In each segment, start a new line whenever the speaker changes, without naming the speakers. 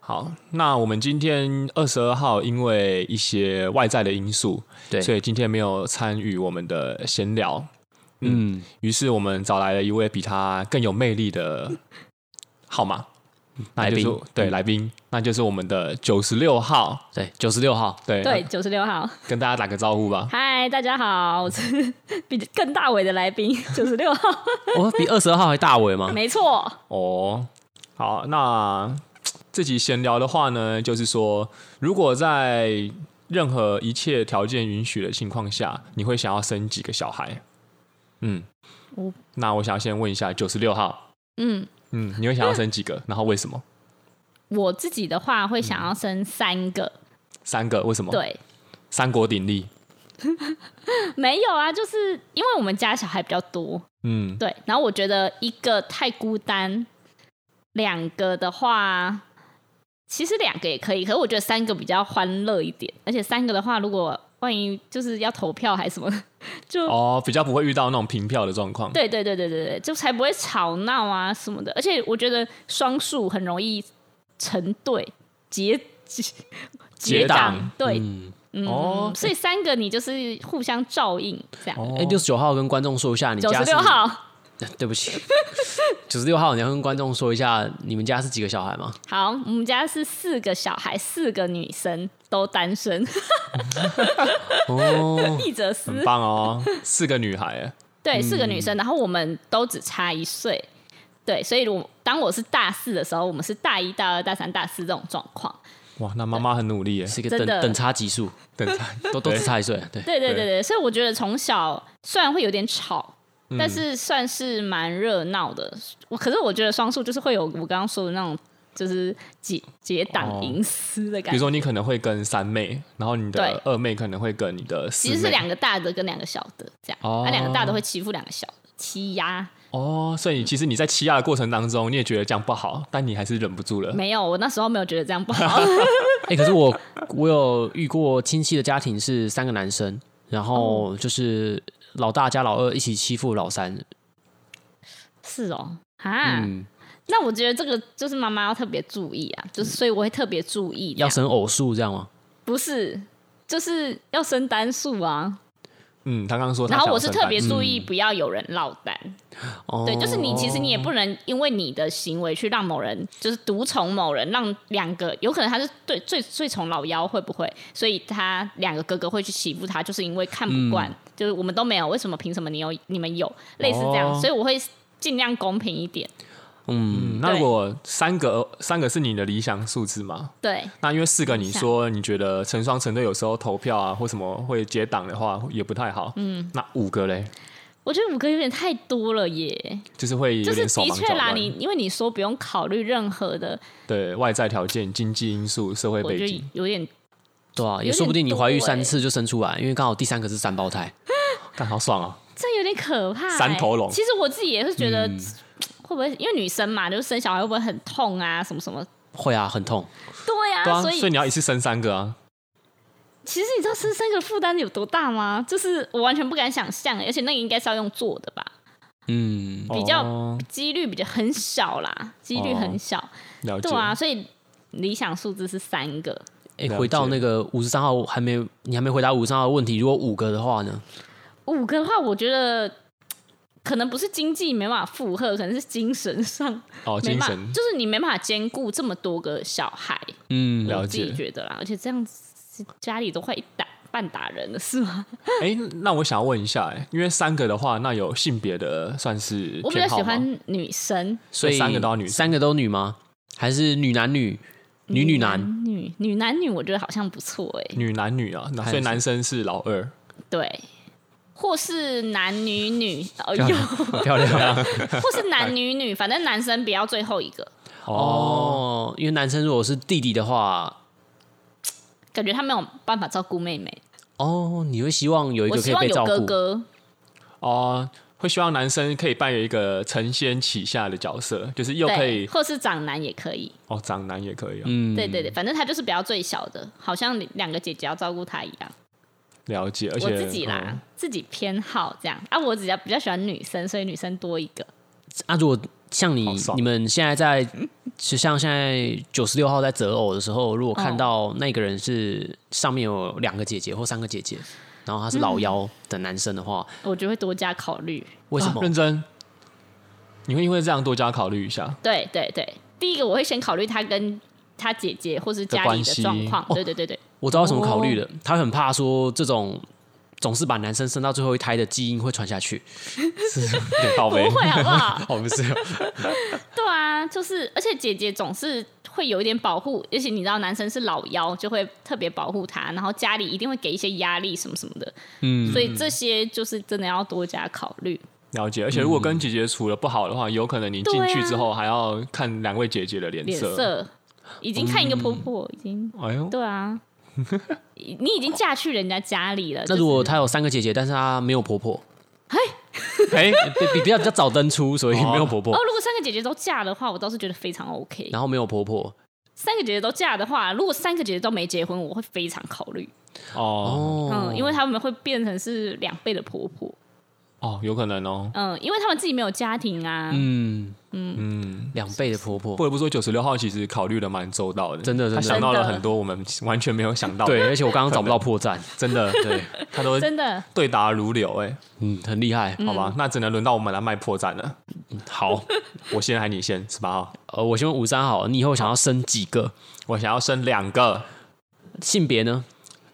好，那我们今天二十二号因为一些外在的因素，
对
所以今天没有参与我们的闲聊。
嗯，
于是我们找来了一位比他更有魅力的号码，那就是
来宾嗯
对来宾，那就是我们的九十六号。
对，九十六号，
对，
对，九十六号，
那跟大家打个招呼吧。
嗨，大家好，我是 比更大尾的来宾，九十六号，
我、比二十二号还大尾吗？
没错，
哦，好，那这集闲聊的话呢，就是说，如果在任何一切条件允许的情况下，你会想要生几个小孩？嗯
我，
那我想要先问一下九十六号，
嗯，
嗯，你会想要生几 个？然后为什么？
我自己的话会想要生三个，
三个？为什么？，
对，
三国鼎立。
没有啊，就是因为我们家小孩比较多，
嗯，
对，然后我觉得一个太孤单，两个的话，其实两个也可以，可是我觉得三个比较欢乐一点，而且三个的话，如果万一就是要投票还是什么的，就
哦，比较不会遇到那种平票的状况。
对对对对对对，就才不会吵闹啊什么的。而且我觉得双数很容易成对结 结
结党
对，
嗯，
嗯，
哦
所以三个你就是互相照应这样。
哦
哎、六十九号跟观众说一下，你
九
家
十
是哎
六，号，
对不起， 九十六号，你要跟观众说一下，你们家是几个小孩吗？
好，我们家是四个小孩，四个女生都 单身，
哦，
一者思
很棒嗯哦，四个女孩。
对，四个女生，然后我们都只差一岁，对，所以我当我是大四的时候，我们是大一、大二、大三、大四这种状况。
哇，那妈妈很努力耶，
是一个
真
等
的
等差级数，
等
都都只差一岁，对，
对对
对
对对，所以我觉得从小虽然会有点吵，
嗯
但是算是蛮热闹的。我可是我觉得双数就是会有我刚刚说的那种，就是结结
哦
党营私的
比
感
如
觉。
说你可能会跟三妹，然后你的二妹可能会跟你的四
其
妹，
实是两个大的跟两个小的这样，
哦
那两、个大的会欺负两个小的，欺压。
哦，所以其实你在欺压的过程当中，你也觉得这样不好，但你还是忍不住了。
没有，我那时候没有觉得这样不 好。
哎、可是我我有遇过亲戚的家庭是三个男生，然
哦
后就是老大加老二一起欺负老三，
是哦，啊，
嗯，
那我觉得这个就是妈妈要特别注意啊，
嗯
就是所以我会特别注意这
要
样，
生偶数这样吗？
不是就是要生单数啊。
嗯，他刚刚说他
然
想
后
要
我是
生
特
蛋
别
嗯
注意不要有人落单，
哦，
对，就是你其实你也不能因为你的行为去让某人就是独宠某人，让两个有可能他是对最最宠老幺会不会？所以他两个哥哥会去欺负他，就是因为看
嗯
不惯，就是我们都没有，为什么凭什么你有你们有类似这样？
哦
所以我会尽量公平一点，
嗯，
嗯，那如
对
果三个三个是你的理想数字嘛？
对，
那因为四个你
理想
说你觉得成双成对，有时候投票啊或什么会结党的话也不太好。嗯，那五个嘞，
我觉得五个有点太多了耶，
就是会
就
有
是
点手
的
忙
确
脚
啦，
乱。
你因为你说不用考虑任何的，
对外在条件、经济因素、社会
我
背
觉
景
得，有点
对啊，也
有
说不定
点
你
多
怀孕
欸
三次就生出来，因为刚好第三个是三胞胎。
干好爽啊！
这有点可怕、欸。
三头龙嗯
其实我自己也是觉得，会不会因为女生嘛，就是生小孩会不会很痛啊，什么什么？
会啊，很痛。
对啊，
对啊，
所以
所以你要一次生三个啊。
其实你知道生三个负担有多大吗？就是我完全不敢想象欸，而且那个应该是要用做的吧，
嗯，
比较
哦
几率比较很小啦，几率很小。
了解
对啊，所以理想数字是三个。
哎、
了
回到
解
那个五十三号还没，你还没回答五十三号的问题。如果五个的话呢？
五个的话，我觉得可能不是经济没办法负荷，可能是精神上
哦，
没
精
办法，
神
就是你没办法兼顾这么多个小孩，
嗯，
了
我自己
解。
觉得啦。而且这样子家里都快打半打人了，是吗？
哎，那我想要问一下，哎，因为三个的话，那有性别的算是
我比较
偏好
喜
吗？
欢女生，
所以
三个都要女生
三个都女吗？还是女男女，女女男？
女女男女，我觉得好像不错哎、
女男女啊，那
还
所以
是
男生是老 二。
对。或是男女女，哎呦，
漂亮
或是男女女，反正男生不要最后一个，
哦，因为男生如果是弟弟的话，
感觉他没有办法照顾妹妹。
哦，你会希望有一
我
个可
希
以
望
被
有
照
哥
顾。
哥，
哦，会希望男生可以扮演一个承先启下的角色，就是又可
对，
以
或是长男也可以。
哦，长男也可以、哦。
嗯，
对对对，反正他就是比较最小的，好像两个姐姐要照顾他一样。
了解。而
我
且
自己啦，
嗯
自己偏好这样啊，我比较比较喜欢女生，所以女生多一个。
啊，如果像你
好爽
你们现在在，就像现在九十六号在择偶的时候，如果看到
哦
那个人是上面有两个姐姐或三个姐姐，然后他是老
嗯
幺的男生的话，
我就会多加考虑。
为什么
啊？认真？你会因为这样多加考虑一下
对对对，第一个我会先考虑他跟他姐姐或是家
的
里
关
的
系
状况。
哦
对对对对，
我知道为什么考虑了，他很怕说这种总是把男生生到最后一胎的基因会传下去。
好
不会好不好？
哦，不是，
对啊，就是，而且姐姐总是会有一点保护，而且你知道男生是老幺，就会特别保护他，然后家里一定会给一些压力什么什么的，嗯，所以这些就是真的要多加考虑。
了解。而且如果跟姐姐处的不好的话，有可能你进去之后还要看两位姐姐的脸
啊脸
色。
色已经看一个婆婆，已经
哎呦，
对啊，你已经嫁去人家家里了，
那
就是
如果他有三个姐姐，但是他没有婆婆，
哎，
比比比较比较早登出，所以
哦
没有婆婆
哦，，如果三个姐姐都嫁的话，我倒是觉得非常 OK。
然后没有婆婆，
三个姐姐都嫁的话，如果三个姐姐都没结婚，我会非常考虑，
哦
哦
嗯，因为他们会变成是两倍的婆婆。
哦，有可能哦。
嗯，因为他们自己没有家庭啊，
嗯，
嗯，
两倍的婆婆
不，得不说，九十六号其实考虑的蛮周到的，
真的真
他
的
想到了很多我们完全没有想到的，
对，而且我刚刚找不到破绽，
真的，对他都
真的
对答如流，哎，
嗯，很厉害，
好吧，那只能轮到我们来卖破绽了。
好，
我先还你先，十八号，
呃，我先问五三好，你以后想要生几个？
我想要生两个，
性别呢？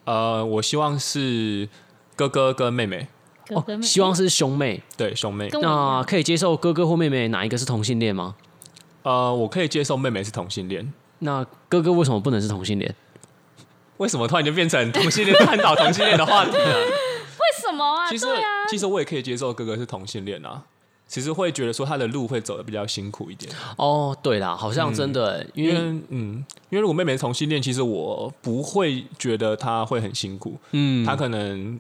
呃，我希望是哥哥跟妹妹，
哥
哦
哥，妹
希望是兄妹。
对嗯兄妹。啊
跟我一
那
样
可以接受哥哥或妹妹哪一个是同性恋吗？
呃，我可以接受妹妹是同性恋。
那哥哥为什么不能是同性恋？
为什么突然就变成同性恋探讨同性恋的话题了？
为什么啊？
其实
对啊，，
其实我也可以接受哥哥是同性恋啊。其实会觉得说他的路会走的比较辛苦一点，
哦，对啦，好像真的欸，因
因为
为
嗯，因为如果妹妹是同性恋，其实我不会觉得她会很辛苦，嗯，她可能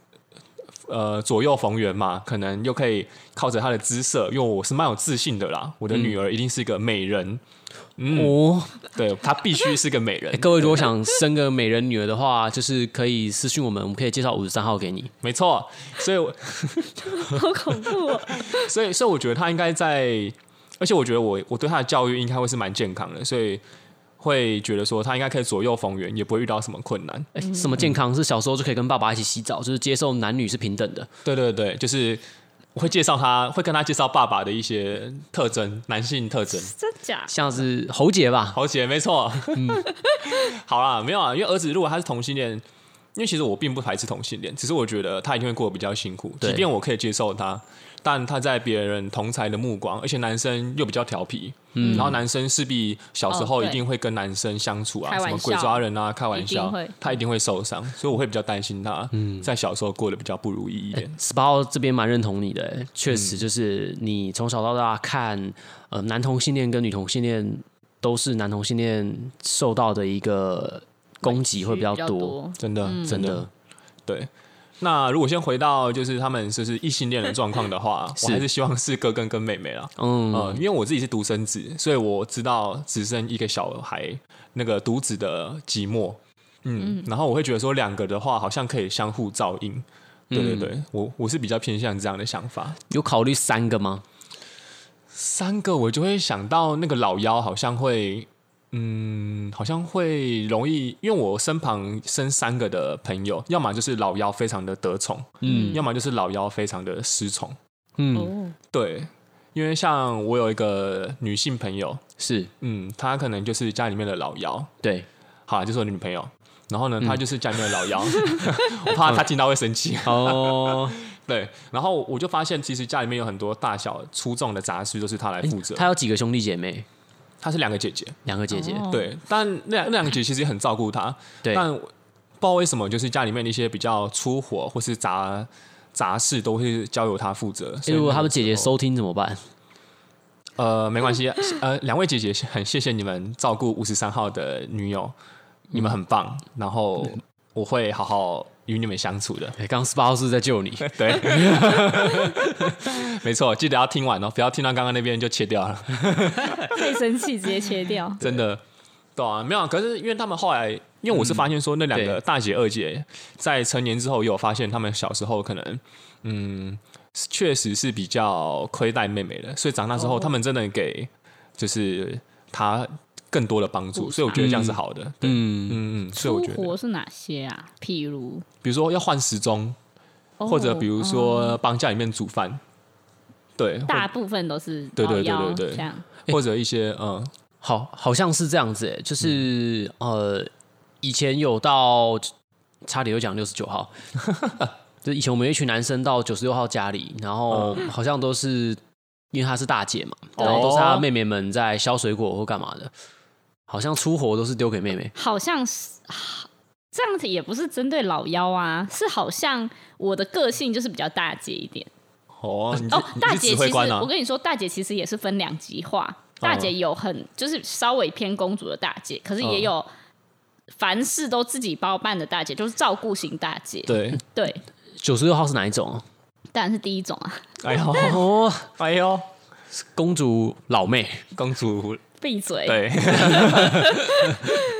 呃左右逢源嘛，可能又可以靠着她的姿色，因为我是蛮有自信的啦，我的女儿一定是一个美人，嗯
哦，
对她必须是个美人
欸，各位如果想生个美人女儿的话，就是可以私信我们，我们可以介绍五十三号给你。
没错，所以我
好恐 怖哦！
所以，所以我觉得他应该在，而且我觉得我我对他的教育应该会是蛮健康的，所以会觉得说他应该可以左右逢源，也不会遇到什么困难。
哎、什么健康是小时候就可以跟爸爸一起洗澡，就是接受男女是平等的。
对对对，就是我会介绍他，会跟他介绍爸爸的一些特征，男性特征。
真假？
像是侯姐吧，
好姐，没错。 好啦，没有啊，因为儿子如果他是同性恋，因为其实我并不排斥同性恋，只是我觉得他一定会过得比较辛苦。
对
即便我可以接受他，但他在别人同才的目光，而且男生又比较调皮，
嗯
然后男生势必小时
哦
候
对
一定会跟男生相处啊，
开玩
什么鬼
笑
抓人啊，开玩
一
笑，
定会
他一定会受伤，所以我会比较担心他
嗯
在小时候过得比较不如意一点。
十八号这边蛮认同你的、欸确实就是你从小到大看，呃，男同性恋跟女同性恋都是男同性恋受到的一个攻击会比较多，嗯
多，
真的，
真的。
对。那如果先回到就是他们就是异性恋的状况的 话，我还是希望是哥哥跟妹妹啦。
嗯，
呃，因为我自己是独生子，所以我知道只生一个小孩那个独子的寂寞。嗯，然后我会觉得说两个的话好像可以相互照应。对对对，我我是比较偏向这样的想法。
有考虑三个吗？
三个我就会想到那个老幺好像会，嗯，好像会容易，因为我身旁生三个的朋友，要么就是老幺非常的得宠，嗯，要么就是老幺非常的失宠。
嗯，
哦，
对，因为像我有一个女性朋友，
是
嗯，她可能就是家里面的老幺，
对，
好啦，就是我女朋友。然后呢，
嗯
她就是家里面的老幺， 我怕她听到会生 气。
哦，
对，然后我就发现，其实家里面有很多大小出众的杂事都是她来负责。
他有几个兄弟姐妹？
她是两个姐姐，
两个姐姐，
哦
对，但那两那两个姐其实也很照顾她，
对，
但不知道为什么，就是家里面的一些比较粗活或是杂杂事都会交由她负责。所
欸
以
如果
那
他
个
们姐姐
时候，
收听怎么办？
呃，没关系，呃，两位姐姐很谢谢你们照顾五十三号的女友，你们很棒，然后我会好好与你们相处的。
欸刚刚十八号是不是在救 你，
对， 没错，记得要听完哦，不要听到刚刚那边就切掉了，，
被生气直接切掉
真的。对啊，没有啊，可是因为他们后来，因为我是发现说那两
嗯
个
对
大姐、二姐在成年之后，也有发现他们小时候可能，嗯，确实是比较亏待妹妹的，所以长大之后，
哦
他们真的给就是他更多的帮助，
补
所以我觉得这样是好的。对，
嗯，
嗯嗯，所以
出
我觉得，
活是哪些啊？譬如，
比如说要换时钟，
哦
或者比如说帮家里面煮饭，对，
嗯大部分都是
对对对对
老妖
对对
这样
或或者一些嗯，
好，好像是这样子、欸，就是、呃，以前有到差点又讲六十九号， 就以前我们有一群男生到九十六号家里，然后好像都是因为她是大姐嘛，
哦
然后都是她妹妹们在削水果或干嘛的，好像出活都是丢给妹妹。
好像是这样子，也不是针对老妖啊，是好像我的个性就是比较大姐一点。
哦，你是
哦，
你
大
是
姐
指
其
挥
实、
官啊哦
我，跟你说，大姐其实也是分两极化。大姐有很就是稍微偏公主的大姐，可是也
哦
有凡事都自己包办的大姐，就是照顾型大姐。
对，
对，
九十六号是哪一种？啊
当然是第一种啊，
哎呦
哦，
哎呦，
公主老妹，
公主
闭嘴。
对，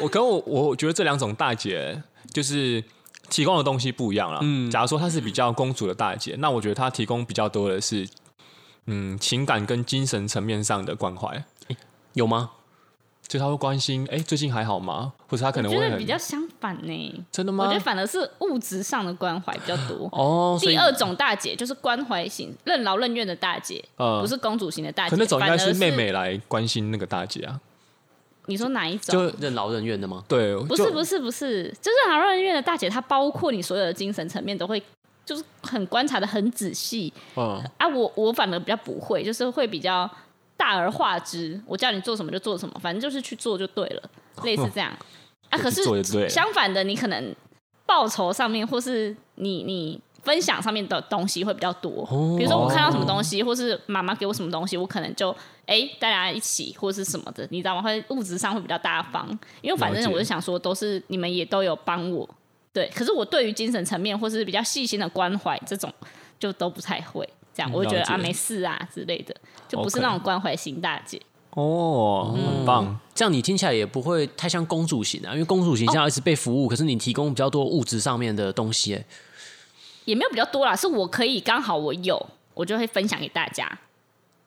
我可我我觉得这两种大姐就是提供的东西不一样了。嗯，假如说她是比较公主的大姐，那我觉得她提供比较多的是嗯情感跟精神层面上的关怀，
有吗？
就她会关心哎、最近还好吗？或者她可
我
能
觉
会
得
很
比较相反呢、
真的
我
吗
觉得？反而是物质上的关怀比较多。
哦，所以
第二种大姐就是关怀型、任劳任怨的大姐，
呃
不是公主型的大姐。
可那种应该
反而
是妹。妹来关心那个大姐啊，
你说哪一种？
就
任劳任怨的吗？
对，
不
就是
不是不是，就是任劳任怨的大姐，她包括你所有的精神层面都会，就是很观察的很仔细
嗯
啊。我我反而比较不会，就是会比较大而化之，我叫你做什么就做什么，反正就是去做就对 了，类似这样啊。
就
可
去
是
做就对了
相反的，你可能报酬上面，或是你你分享上面的东西会比较多。
哦
比如说我看到什么东西，或是妈妈给我什么东西，我可能就哎、大家一起或是什么的，你知道吗？会物质上会比较大方，因为反
了
正
解
我就想说，都是你们也都有帮我，对。可是我对于精神层面或是比较细心的关怀这种，就都不太会。这样，
嗯
我就觉得
了解
啊，没事啊之类的，就不是
OK
那种关怀型大姐。
哦，很棒。
嗯这样你听起来也不会太像公主型啊，因为公主型是要一直被服务，可是你提供比较多物质上面的东西、欸，
也没有比较多啦，是我可以刚好我有，我就会分享给大家。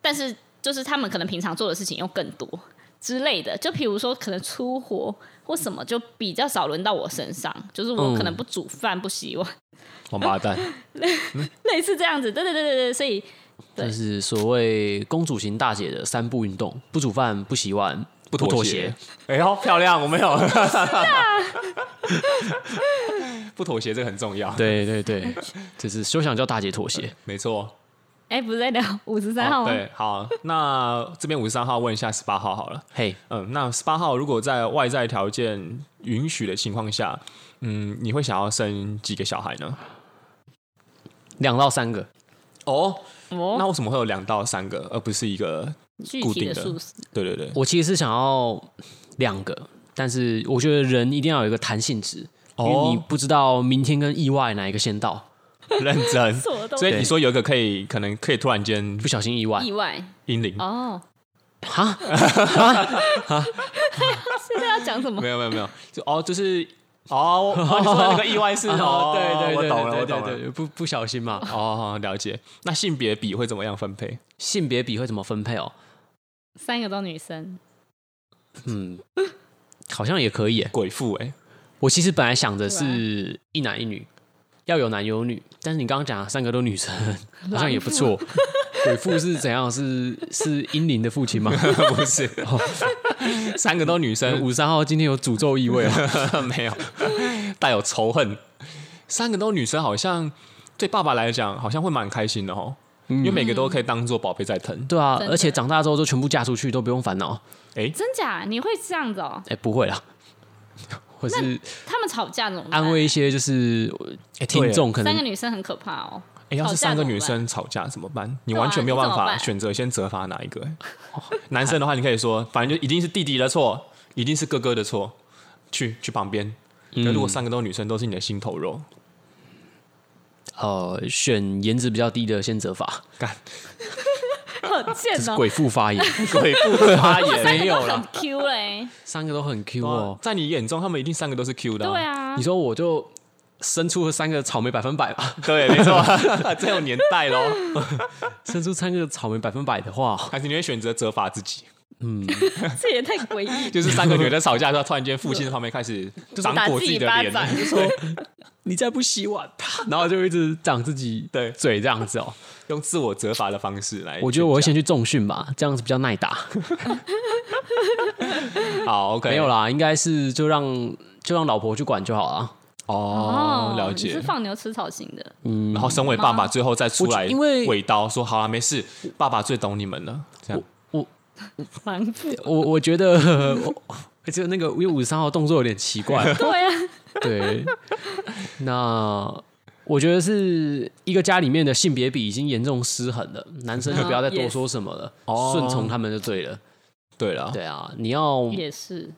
但是就是他们可能平常做的事情又更多之类的，就比如说可能出活或什么，就比较少轮到我身上。就是我
嗯
可能不煮饭、不洗碗，
王八蛋，
类似这样子。对对对对对，所以对
这是所谓公主型大姐的三不运动：不煮饭、不洗碗、
不
妥
妥协。。 哎呦，漂亮，我没有。
啊
不妥协这个很重要，
对对对，这是休想叫大姐妥协。
没错。
哎、不是在聊五十三号
好
吗？
哦对，好，那这边五十三号问一下十八号好了。
嘿，
嗯，那十八号如果在外在条件允许的情况下，嗯，你会想要生几个小孩呢？
两到三个，
哦，那
哦，
为什么会有两到三个，而不是一个？
具
固
体
定
的
的
数字
对对对，
我其实是想要两个，但是我觉得人一定要有一个弹性值，因为你
哦，
不知道明天跟意外哪一个先到，
认真。
什么都
所以你说有一个可以，可能可以突然间
不小心意外
意外
阴灵，
哦，
哈，
现在要讲什么
没？有没有没有，就哦，就是哦，哦你说的那个意外是 哦，
对对，
我
对
懂了，
对
我懂
对
了。
对不不小心嘛，
哦，了解。那性别比会怎么样分配？
性别比会怎么分配哦？
三个都女生，
嗯，好像也可以耶。
鬼父哎、
我其实本来想着
啊
是一男一女，要有男有女，但是你刚刚讲的三个都女 生，好像也不错。鬼父是怎样？是是英灵的父亲吗？
不是，三个都女生，
五十三号今天有诅咒意味啊！
没有带有仇恨。三个都女生，好像对爸爸来讲，好像会蛮开心的哦，因为每个都可以当做宝贝在疼。
对啊
真，的
而且长大之后就全部嫁出去，都不用烦恼。
哎、
真假？你会这样子哦？
哎、不会啦，或是
他们吵架怎么办
安慰一？些就是
哎
听众，可
三个
能
女生很可怕哦。
哎、要是
吵架
三个
怎么
女
办
生吵架怎么办？你
对啊
完全没有办
你怎么
法
办
选择先责罚哪一个、 哎男生的话，你可以说，反正就一定是弟弟的错，一定是哥哥的错，去去旁边。那如果三个都女生，都是你的心头 肉，
呃选颜值比较低的先责罚，
干
很贱哦。
鬼父发 言，
鬼不发言
三个
没
都
有啦
很。Q 嘞，
三个都很 Q
哇
哦，。
在你眼中，他们一定三个都是 Q 的、
对，啊
你，说我就生出了三个草莓百分百吧，
对，没 错，这种年代喽，
生出三个草莓百分百的话，
还是你会选择责罚自己？
这也太诡异。
就是三个女的在吵架的时候，突然间父亲在旁边开 始掌
打
掴
自己
的
巴
脸，
掌
就说
你再不洗碗，啪，然后就一直长自己
对
嘴这样子哦。
用自我责罚的方式来。
我觉得我会先去重训吧，这样子比较耐打。
好，OK，
没有啦，应该是就让就让老婆去管就好了。
哦，了
你
解
是。放牛吃草型的，
然后身为爸爸，最后再出
嗯我觉
来
因为
尾刀说：“好了，啊没事，爸爸最懂你们了。”这样
蛮不
啊
我我觉 得，我就那个因为五十三号动作有点奇怪。
对啊，
对，那我觉得是一个家里面的性别比已经严重失衡了，男生就不要 再多说什么了，
Yes
顺从他们就对了。
对了，
对啊，你要
也是。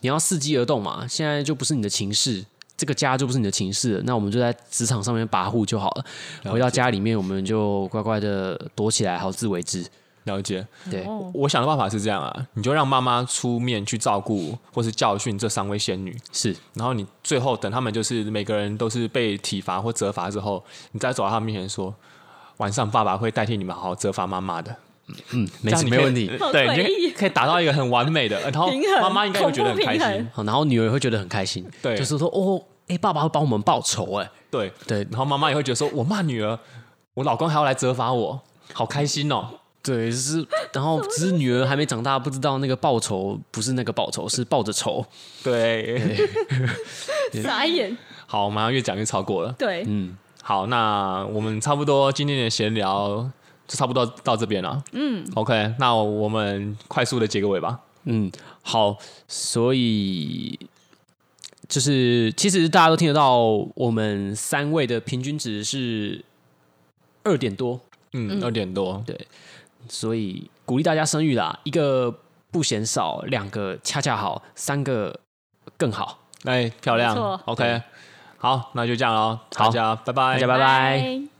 你要伺机而动嘛，现在就不是你的情势。这个家就不是你的情势了，那我们就在职场上面跋扈就好了。回到家里面，我们就乖乖的躲起来，好自为之。
了解。
对，
哦
我想的办法是这样啊，你就让妈妈出面去照顾或是教训这三位仙女，
是
然后你最后等他们就是每个人都是被体罚或责罚之后，你再走到他们面前说：“晚上爸爸会代替你们好好责罚妈妈的。”
嗯没
这
事
样你
没
可以
问题。
呃
好
对，
诡
你
异
就可以达到一个很完美的，呃然后
平衡
妈妈应该会觉得很开
恐怖平
心
衡。
好，然后女儿会觉得很开心，
对
就是说哦，哎、爸爸会帮我们报仇、哎，
对，
对
然后妈妈也会觉得说：“我骂女儿，我老公还要来责罚我，好开心哦。”
对，就是，然后只是女儿还没长大，不知道那个报仇不是那个报仇，是抱着仇。
对，
傻眼，
好，我们要越讲越超过了。
对，
好，那我们差不多今天的闲聊就差不多到这边了。嗯，OK，那我们快速的结个尾吧。
嗯，好，所以就是其实大家都听得到，我们三位的平均值是二点多，
嗯，二点多，
所以鼓励大家生育啦，一个不嫌少，两个恰恰好，三个更好。
哎，漂亮
没错
，OK，好，那就这样喽，
好
大家拜拜，
大家拜拜
拜